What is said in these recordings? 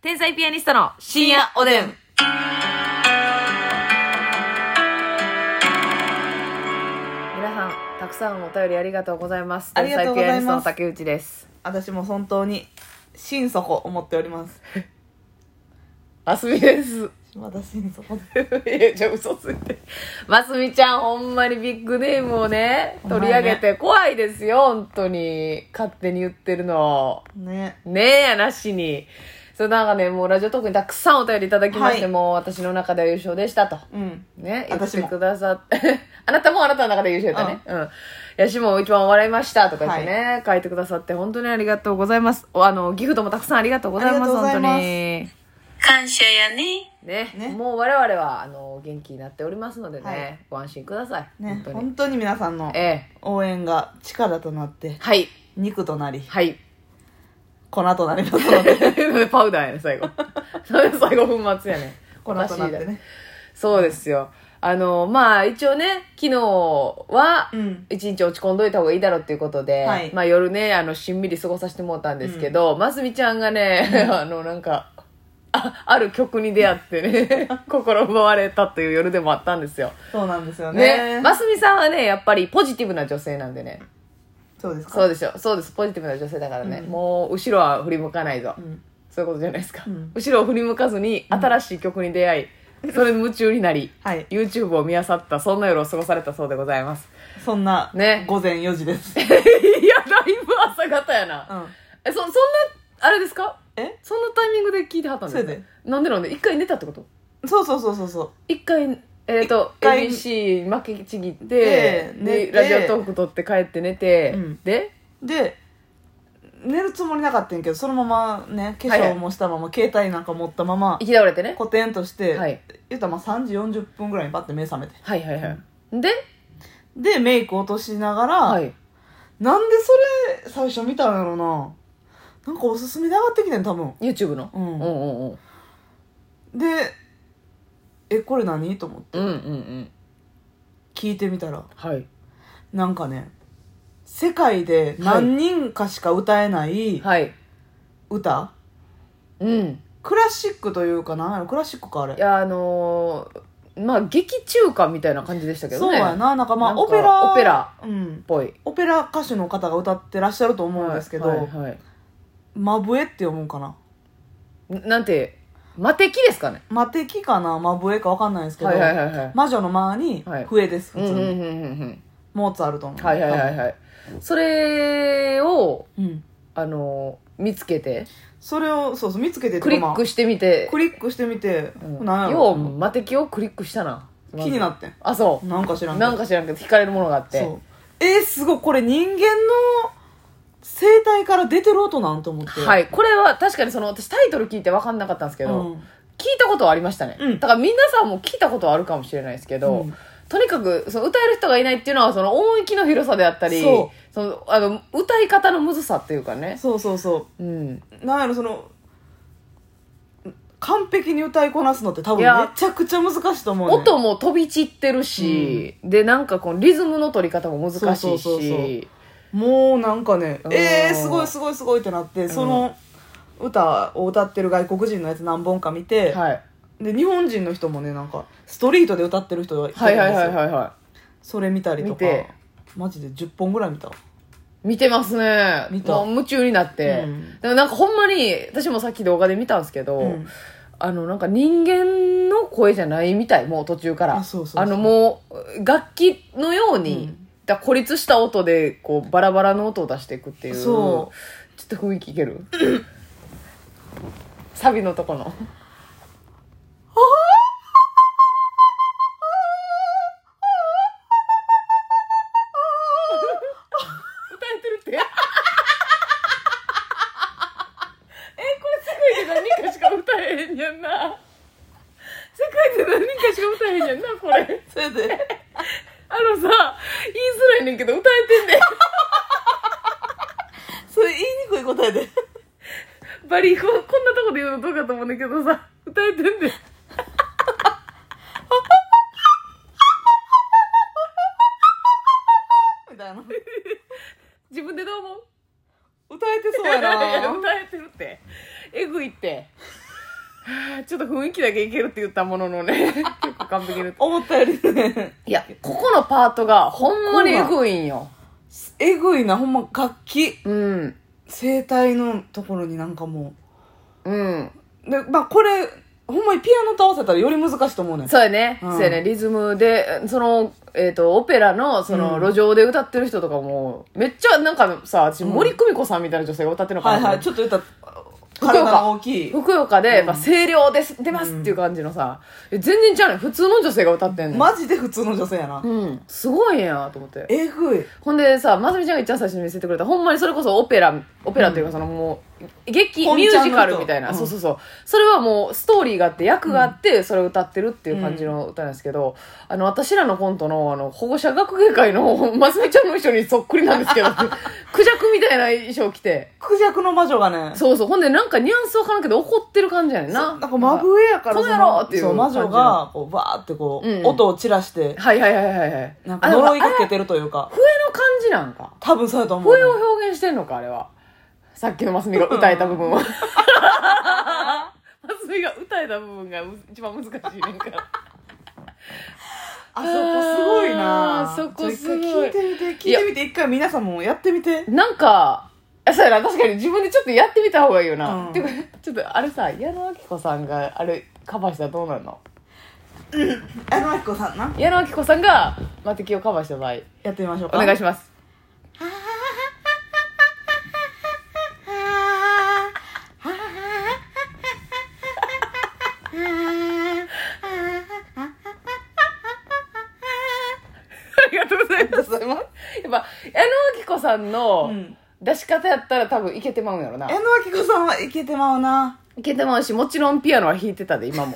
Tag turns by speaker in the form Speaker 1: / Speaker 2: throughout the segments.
Speaker 1: 天才ピアニストの深夜おでん。皆さん、たくさんお便りありがとうございます。
Speaker 2: あ
Speaker 1: 天
Speaker 2: りが
Speaker 1: 才
Speaker 2: とう
Speaker 1: ピ
Speaker 2: ござ
Speaker 1: ア
Speaker 2: い
Speaker 1: ニスト
Speaker 2: ま
Speaker 1: の
Speaker 2: す
Speaker 1: 竹内です。
Speaker 2: 私も本当に心底思っております
Speaker 1: ますみです。
Speaker 2: 島田心底で
Speaker 1: いや、じゃあ嘘ついて。ますみちゃん、ほんまにビッグネームをね、取り上げて怖いですよ、本当に。勝手に言ってるの。
Speaker 2: ね
Speaker 1: ねえやなしに。そう、なんかね、もうラジオトークにたくさんお便りいただきまして、
Speaker 2: はい
Speaker 1: もう私の中では優勝でしたと。
Speaker 2: うん
Speaker 1: ね、言っ
Speaker 2: 私
Speaker 1: て
Speaker 2: も
Speaker 1: くださって。 あなたもあなたの中で優勝やったね。うん。ヤシも一番笑いましたとか言ってね、書いてくださって、本当にありがとうございます。おあの、ギフトもたくさんありがとうございます、
Speaker 2: ありが
Speaker 1: 本
Speaker 2: と
Speaker 1: 当
Speaker 2: うございます
Speaker 1: に。
Speaker 3: 感謝やね。
Speaker 1: ね
Speaker 2: ね
Speaker 1: もう我々は、あの、元気になっておりますのでね、
Speaker 2: はい
Speaker 1: ご安心ください。
Speaker 2: ね
Speaker 1: 本当に。
Speaker 2: 本当に皆さんの
Speaker 1: ええ。
Speaker 2: 応援が力となって
Speaker 1: はい。
Speaker 2: 肉となり
Speaker 1: はい。
Speaker 2: 粉となりますので
Speaker 1: なんでパウダーやね、最後。 なんで最後粉末やね。
Speaker 2: 粉となってね
Speaker 1: そうですよ。あの、まあ、一応ね、昨日は
Speaker 2: うん、
Speaker 1: 一日落ち込んどいた方がいいだろうっていうことで、
Speaker 2: はい
Speaker 1: まあ夜ね、あの、しんみり過ごさせてもらったんですけど、ますみちゃんがね、 あの、なんか、あある曲に出会ってね、 心奪われたという夜でもあったんですよ。
Speaker 2: そうなんですよね
Speaker 1: ね、ますみさんはね、やっぱりポジティブな女性なんでね。
Speaker 2: そうですか
Speaker 1: そうでしょ、そうです、ポジティブな女性だからね、
Speaker 2: うん
Speaker 1: もう後ろは振り向かないぞ。
Speaker 2: うん
Speaker 1: そういうことじゃないですか、
Speaker 2: うん
Speaker 1: 後ろを振り向かずに新しい曲に出会い、それに夢中になり
Speaker 2: はい
Speaker 1: YouTube を見漁ったそんな夜を過ごされたそうでございます
Speaker 2: そんな
Speaker 1: ね
Speaker 2: 午前4時で す、
Speaker 1: いやだいぶ朝方やな、
Speaker 2: うん
Speaker 1: えそそんなあれですか
Speaker 2: え
Speaker 1: そんなタイミングで聞いてはったんです
Speaker 2: そうや
Speaker 1: ねなんでなんで一回寝たってこと
Speaker 2: そうそうそうそうそう
Speaker 1: 一回えっ、と
Speaker 2: 一回
Speaker 1: ABC 負けちぎって
Speaker 2: で
Speaker 1: で
Speaker 2: 寝て
Speaker 1: ラジオトーク撮って帰って寝て、
Speaker 2: うん
Speaker 1: で
Speaker 2: で寝るつもりなかったんやけどそのままね化
Speaker 1: はいはい
Speaker 2: 粧もしたまま、携帯なんか持ったまま
Speaker 1: 行き倒れてね
Speaker 2: コテンとして、
Speaker 1: はい
Speaker 2: 言うたらまあ3時40分ぐらいにバッて目覚めて
Speaker 1: はいはいはいで、
Speaker 2: でメイク落としながら、
Speaker 1: はい、
Speaker 2: なんでそれ最初見たんやろななんかおすすめで上がってきてん多分
Speaker 1: YouTube の、
Speaker 2: うん
Speaker 1: うんうんうん
Speaker 2: でえこれ何と思って
Speaker 1: うんうんうん
Speaker 2: 聞いてみたら
Speaker 1: はい
Speaker 2: なんかね世界で何人かしか歌えない
Speaker 1: はい
Speaker 2: 歌、
Speaker 1: うん
Speaker 2: クラシックというかなんやろクラシックかあれ
Speaker 1: いやあのーまあ劇中歌みたいな感じでしたけど
Speaker 2: そう
Speaker 1: ね
Speaker 2: やななんかま
Speaker 1: なんか
Speaker 2: あオペラ
Speaker 1: オペラ
Speaker 2: うん
Speaker 1: っぽい
Speaker 2: オペラ歌手の方が歌ってらっしゃると思うんですけど、
Speaker 1: はいはい
Speaker 2: まぶえって読むんかな
Speaker 1: ななんて魔敵ですかね
Speaker 2: 魔敵かなまぶえかわかんないですけど、
Speaker 1: はいはいはいはい
Speaker 2: 魔女の間に
Speaker 1: はい
Speaker 2: 笛です、
Speaker 1: うん
Speaker 2: 普
Speaker 1: う
Speaker 2: 通
Speaker 1: ん
Speaker 2: に、
Speaker 1: うんうんうん
Speaker 2: モーツァルトの
Speaker 1: はいはいはいはいそれを
Speaker 2: うん、
Speaker 1: あのー見つけて
Speaker 2: それをそうそう見つけて
Speaker 1: クリックしてみて
Speaker 2: クリックしてみて、
Speaker 1: うん
Speaker 2: なんや
Speaker 1: よう
Speaker 2: ろ
Speaker 1: 魔敵をクリックしたな
Speaker 2: 気になってん
Speaker 1: あそ
Speaker 2: なんか知ら
Speaker 1: うん
Speaker 2: けど
Speaker 1: なんか知らんけど惹かれるものがあって
Speaker 2: そうえー、すごいこれ人間の生態から出てる音なんと思って
Speaker 1: はいいこれは確かにその私タイトル聞いて分かんなかったんですけ
Speaker 2: う
Speaker 1: ど、
Speaker 2: ん、
Speaker 1: 聞いたことはありましたね、
Speaker 2: うん
Speaker 1: だから皆さんも聞いたことはあるかもしれないですけど、
Speaker 2: うん
Speaker 1: とにかくその歌える人がいないっていうのはその音域の広さであったり
Speaker 2: そ
Speaker 1: そのあの歌い方のむずさっていうかね、
Speaker 2: そうそうそ
Speaker 1: うん、
Speaker 2: うなんやろその完璧に歌いこなすのって多
Speaker 1: い
Speaker 2: 分め
Speaker 1: や
Speaker 2: ちゃくちゃ難しいと思う、ねん、
Speaker 1: 音も飛び散ってるし、でなんかこのリズムの取り方も難しいし
Speaker 2: そうそうそうそうもうなんかね
Speaker 1: うん
Speaker 2: えー、すごいすごいすごいってなってその歌を歌ってる外国人のやつ何本か見て、
Speaker 1: はい、
Speaker 2: で日本人の人もねなんかストリートで歌ってる人がいて
Speaker 1: はいはいはいはいは
Speaker 2: それ見たりとか
Speaker 1: 見て
Speaker 2: マジで10本ぐらい見たわ
Speaker 1: い見てますね
Speaker 2: 見た
Speaker 1: もう夢中になって、
Speaker 2: うん
Speaker 1: でもなんかほんまに私もさっき動画で見たんですけど、
Speaker 2: うん
Speaker 1: あのなんか人間の声じゃないみたいもう途中から
Speaker 2: あそうそうそう
Speaker 1: のもう楽器のように、
Speaker 2: うん
Speaker 1: だから孤立した音でこうバラバラの音を出していくっていう
Speaker 2: そ
Speaker 1: ちょっと雰囲気いける サビのとこの歌えてる ってえこれ世界で何かしか歌えへんやんな世界で何かしか歌えへんやんなこれ
Speaker 2: それで
Speaker 1: あのさ言いづらいねんけど歌えてんね
Speaker 2: それ言いにくい答えで
Speaker 1: んバリここんなとこで言うのどうかと思うねんだけどさ歌えてんねん
Speaker 2: みたいな
Speaker 1: 自分でどう思う
Speaker 2: 歌えてそう や
Speaker 1: いや
Speaker 2: な
Speaker 1: 歌えてるってえぐいってちょっと雰囲気だけいけるって言ったものの ね結構完璧に
Speaker 2: 思ったよりね
Speaker 1: いやここのパートがほんまにエグいんよ
Speaker 2: えぐいなほんま楽器
Speaker 1: うん
Speaker 2: 声帯のところになんかも
Speaker 1: うん
Speaker 2: うでまあこれほんまにピアノと合わせたらより難しいと思うねん
Speaker 1: そうやね、
Speaker 2: うん
Speaker 1: そうやねリズムでそのえっ、とオペラのその
Speaker 2: うん
Speaker 1: 路上で歌ってる人とかもめっちゃなんかさ私
Speaker 2: ん
Speaker 1: 森久美子さんみたいな女性が歌ってるのかな
Speaker 2: は
Speaker 1: と思
Speaker 2: い
Speaker 1: って、
Speaker 2: はいちょっと言ったら体が大きい
Speaker 1: ふくよかで、やっぱ声量です出ますっていう感じのさ、え全然ちゃうねん普通の女性が歌ってんの、
Speaker 2: マジで普通の女性やな
Speaker 1: うんすごいんやなと思って
Speaker 2: えぐい
Speaker 1: ほんでさまつみちゃんが一番最初に見せてくれたほんまにそれこそオペラオペラっていうかそのもう劇
Speaker 2: 本
Speaker 1: ミュ
Speaker 2: ちゃ
Speaker 1: ー
Speaker 2: んの
Speaker 1: ジカルみたいな、
Speaker 2: うん
Speaker 1: そうそうそうそれはもうストーリーがあって役があってそれを歌ってるっていう感じの歌なんですけど、あの私らのコントのあの保護者学芸会の まつみちゃんの衣装にそっくりなんですけど クジャクみたいな衣装着て
Speaker 2: クジャクの魔女がね
Speaker 1: そうそうほんでなんかニュアンスわからんけど怒ってる感じやねん
Speaker 2: な
Speaker 1: なん
Speaker 2: か真上やから
Speaker 1: この野郎っていう
Speaker 2: その
Speaker 1: 感
Speaker 2: 魔
Speaker 1: じの
Speaker 2: 女がこうバーってこう、
Speaker 1: うん
Speaker 2: 音を散らして
Speaker 1: はいはいはいはいはい
Speaker 2: なんか呪いかけてるというか
Speaker 1: 笛の感じなんか
Speaker 2: 多分そうやと思うね
Speaker 1: 笛を表現してんのかあれはさっきのますみが歌えた部分は ますみが歌えた部分がむ一番難しいねんから
Speaker 2: あそこすごい
Speaker 1: あ
Speaker 2: な
Speaker 1: ーそこすごい
Speaker 2: ちょっと一回聞いてみて聞いてみて一回皆さんもやってみて
Speaker 1: なんかあそうやな確かに自分でちょっとやってみた方がいいよな、
Speaker 2: うん
Speaker 1: てかちょっとあれさ矢野明子さんがあれカバーしたらどうなるの
Speaker 2: あのあきこさんな
Speaker 1: 矢野明子さんが「マテキ」をカバーした場合
Speaker 2: やってみましょう
Speaker 1: お
Speaker 2: か
Speaker 1: 願いします ありがとうございますやっぱ矢野明子さんの
Speaker 2: うん
Speaker 1: 出し方やったら多分いけてまうんやろな
Speaker 2: 矢野あきこさんはいけてまうない
Speaker 1: けてまうしもちろんピアノは弾いてたで今も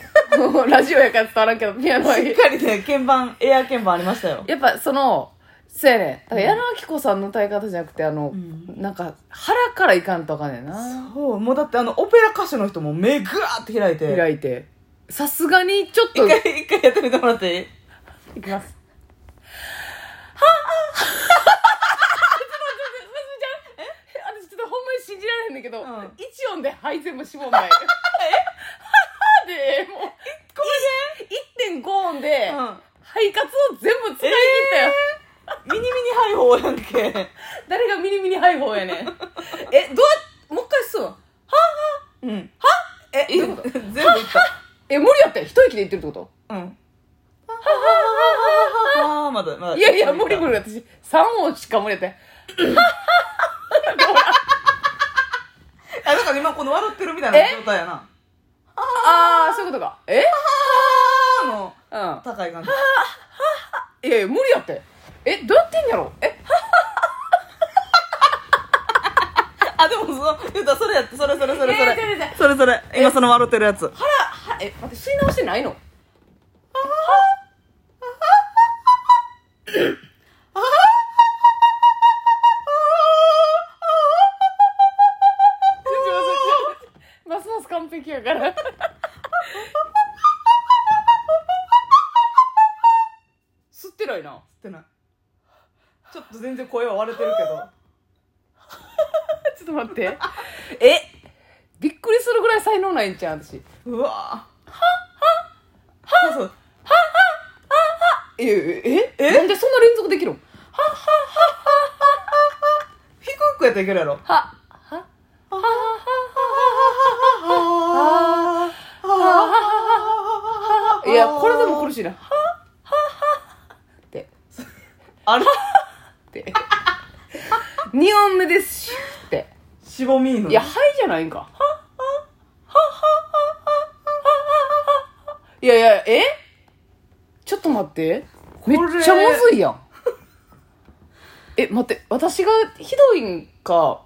Speaker 1: ラジオやから伝わらんけどピアノは弾い
Speaker 2: しっかりね鍵盤エア鍵盤ありましたよ
Speaker 1: やっぱそのそうやねだから矢野明子さんの歌い方じゃなくてあの、
Speaker 2: ん
Speaker 1: なんか腹からいかんとあかんねんな
Speaker 2: そうもうだってあのオペラ歌手の人も目ぐわーって開いて
Speaker 1: 開いてさすがにちょっと
Speaker 2: 一回一回やってみてもらっていい
Speaker 1: いきますはああちょっと待って待ってえ私ちょっとほんまに信じられへんねんけど、
Speaker 2: ん
Speaker 1: 一音で配膳もしもないえはあでもうこれで1.5音で、
Speaker 2: うん
Speaker 1: 肺活を全部使い切ったよ、
Speaker 2: ミニミニ配報やんけ
Speaker 1: 誰がミニミニ配報やねん えどうやもう一回すんはあはあ
Speaker 2: うん
Speaker 1: えどういうこと
Speaker 2: 全部いった
Speaker 1: え無理やったよ一息で言ってるってこ
Speaker 2: うんああまだまだ
Speaker 1: といやいや無理無理私3音しか無理やったよ
Speaker 2: あだから今この笑ってるみたいな状態やな
Speaker 1: ああそういうことかえ
Speaker 2: あーの
Speaker 1: う
Speaker 2: 高い感じ
Speaker 1: んいやいや無理やってえどうやってんやろえ
Speaker 2: あでもその言うたらそれやってそれそれそれそ
Speaker 1: いや
Speaker 2: れ
Speaker 1: いやいやいや
Speaker 2: それそれ今その笑ってるやつ
Speaker 1: 腹はえ待って吸い直してないのますます完璧やから吸ってないな
Speaker 2: ってないちょっと全然声は割れてるけど
Speaker 1: ちょっと待ってえびっくりするぐらい才能ないんちゃう私
Speaker 2: うわははは
Speaker 1: えええなんでそんな連続できるん
Speaker 2: 低くやったらいけるやろ
Speaker 1: はははいやこれでも苦しいなはははって
Speaker 2: あれ
Speaker 1: って2音目ですしって
Speaker 2: しぼみーの
Speaker 1: いやはいじゃないんかははははははははいやいやえちょっと待ってめっちゃむずいやんえ待って私がひどいんか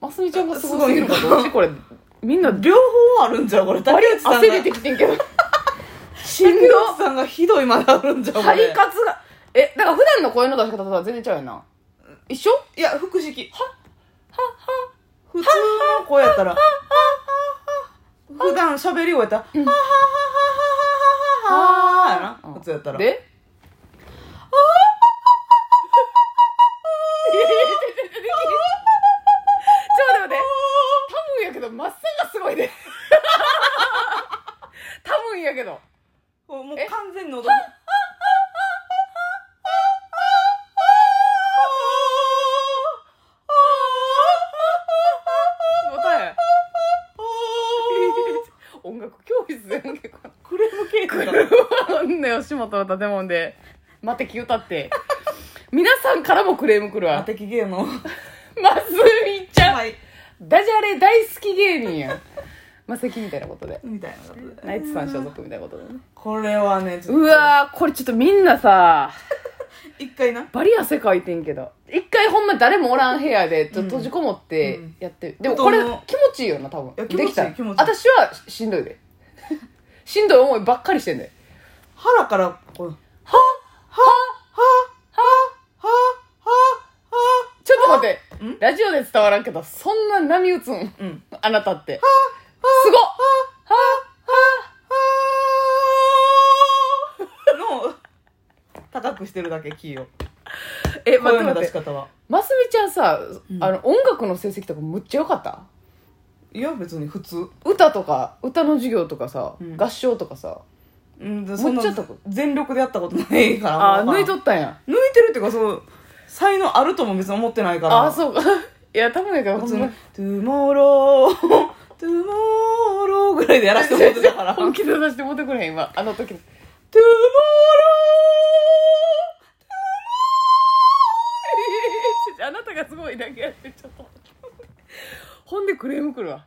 Speaker 1: ますみちゃんがすごすぎるかどっちこれみんな
Speaker 2: 両方あるんじゃうこれ
Speaker 1: バリ
Speaker 2: 竹内さんが
Speaker 1: 汗出てきてんけど しん
Speaker 2: 竹
Speaker 1: ど
Speaker 2: 内さんがひどいまであるんじゃうこ
Speaker 1: 肺
Speaker 2: れ
Speaker 1: 活がえだから普段の声の出し方とは全然違うよな一緒
Speaker 2: いや腹式普通の声やったら普段喋り終えたらははははははははやな普通やったら
Speaker 1: でいやいやちょっと待ってちょっと待って多分やけどマッサンがすごいねやけど。
Speaker 2: もう
Speaker 1: え
Speaker 2: 完全に喉。
Speaker 1: 答え。音楽教室やんけ、これ。
Speaker 2: クレーム系統だ。
Speaker 1: 車のね、吉本の建物で、マテキ歌って。 皆さんからもクレーム来る
Speaker 2: 当
Speaker 1: わ。
Speaker 2: てき芸能。
Speaker 1: マスミちゃん、
Speaker 2: はい。
Speaker 1: ダジャレ大好き芸人やん。マセキみたいなことで。
Speaker 2: みたいなことで。
Speaker 1: ナイツさん所属みたいなことでね。
Speaker 2: これはね、ちょっ
Speaker 1: うわー、これちょっとみんなさ、
Speaker 2: と、一回な。
Speaker 1: バリ汗かいてんけど。一回ほんま誰もおらん部屋で、ちょっと閉じこもって
Speaker 2: うん
Speaker 1: やってる。でもこれ
Speaker 2: あとあの
Speaker 1: 気持ちいいよな、多
Speaker 2: いや
Speaker 1: 分。
Speaker 2: 気持ちいい
Speaker 1: できたら
Speaker 2: 気持ちいい
Speaker 1: 私はししんどいで。 しんどい思いばっかりしてんで。
Speaker 2: 腹から、こう、はははははは
Speaker 1: ちょっと待って
Speaker 2: ん。
Speaker 1: ラジオで伝わらんけど、そんな波打つん。
Speaker 2: うん。
Speaker 1: あなたって。すごっ
Speaker 2: の、高くしてるだけ、キーを。
Speaker 1: え、
Speaker 2: 声
Speaker 1: 待って
Speaker 2: の
Speaker 1: 待っ。
Speaker 2: 出して方は。
Speaker 1: ますみちゃんさ、
Speaker 2: ん
Speaker 1: あの、音楽の成績とかむっちゃ良かった
Speaker 2: いや、別に普通。
Speaker 1: 歌とか、歌の授業とかさ、
Speaker 2: うん
Speaker 1: 合唱とかさ。
Speaker 2: うん、で
Speaker 1: う
Speaker 2: そんな
Speaker 1: ちょっと
Speaker 2: 全力でやったことないから。
Speaker 1: あー、
Speaker 2: もう
Speaker 1: 抜いとったんや。
Speaker 2: 抜いてるっていうか、そう、才能あるとも別に思ってないから。
Speaker 1: あー、そうか。 いや、多分だけど、
Speaker 2: 普
Speaker 1: ほ
Speaker 2: 通
Speaker 1: ん
Speaker 2: に
Speaker 1: ま。
Speaker 2: 「トゥモロー」「トゥモロー」ぐらいでやらせてもらってたから「トゥモ
Speaker 1: 本
Speaker 2: ロ
Speaker 1: 気で出して持ってくれへん、今。あの時。
Speaker 2: ー」
Speaker 1: あなたがすごいだけやってちょっとほんでクレーム来るわ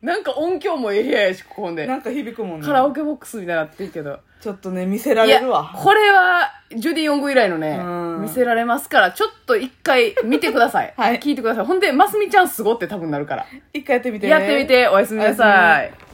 Speaker 1: なんか音響もええ部屋やしここほんで
Speaker 2: なんか響くもんね
Speaker 1: カラオケボックスみたいになってるけど
Speaker 2: ちょっとね見せら
Speaker 1: い
Speaker 2: れ
Speaker 1: や
Speaker 2: るわ
Speaker 1: これはジュディ・ヨング以来のね
Speaker 2: うん
Speaker 1: 見せられますからちょっと一回見てください、
Speaker 2: はい
Speaker 1: 聞いてくださいほんでますみちゃんすごって多分なるから、
Speaker 2: 一回やってみてね
Speaker 1: やってみておやすみなさ
Speaker 2: おや
Speaker 1: い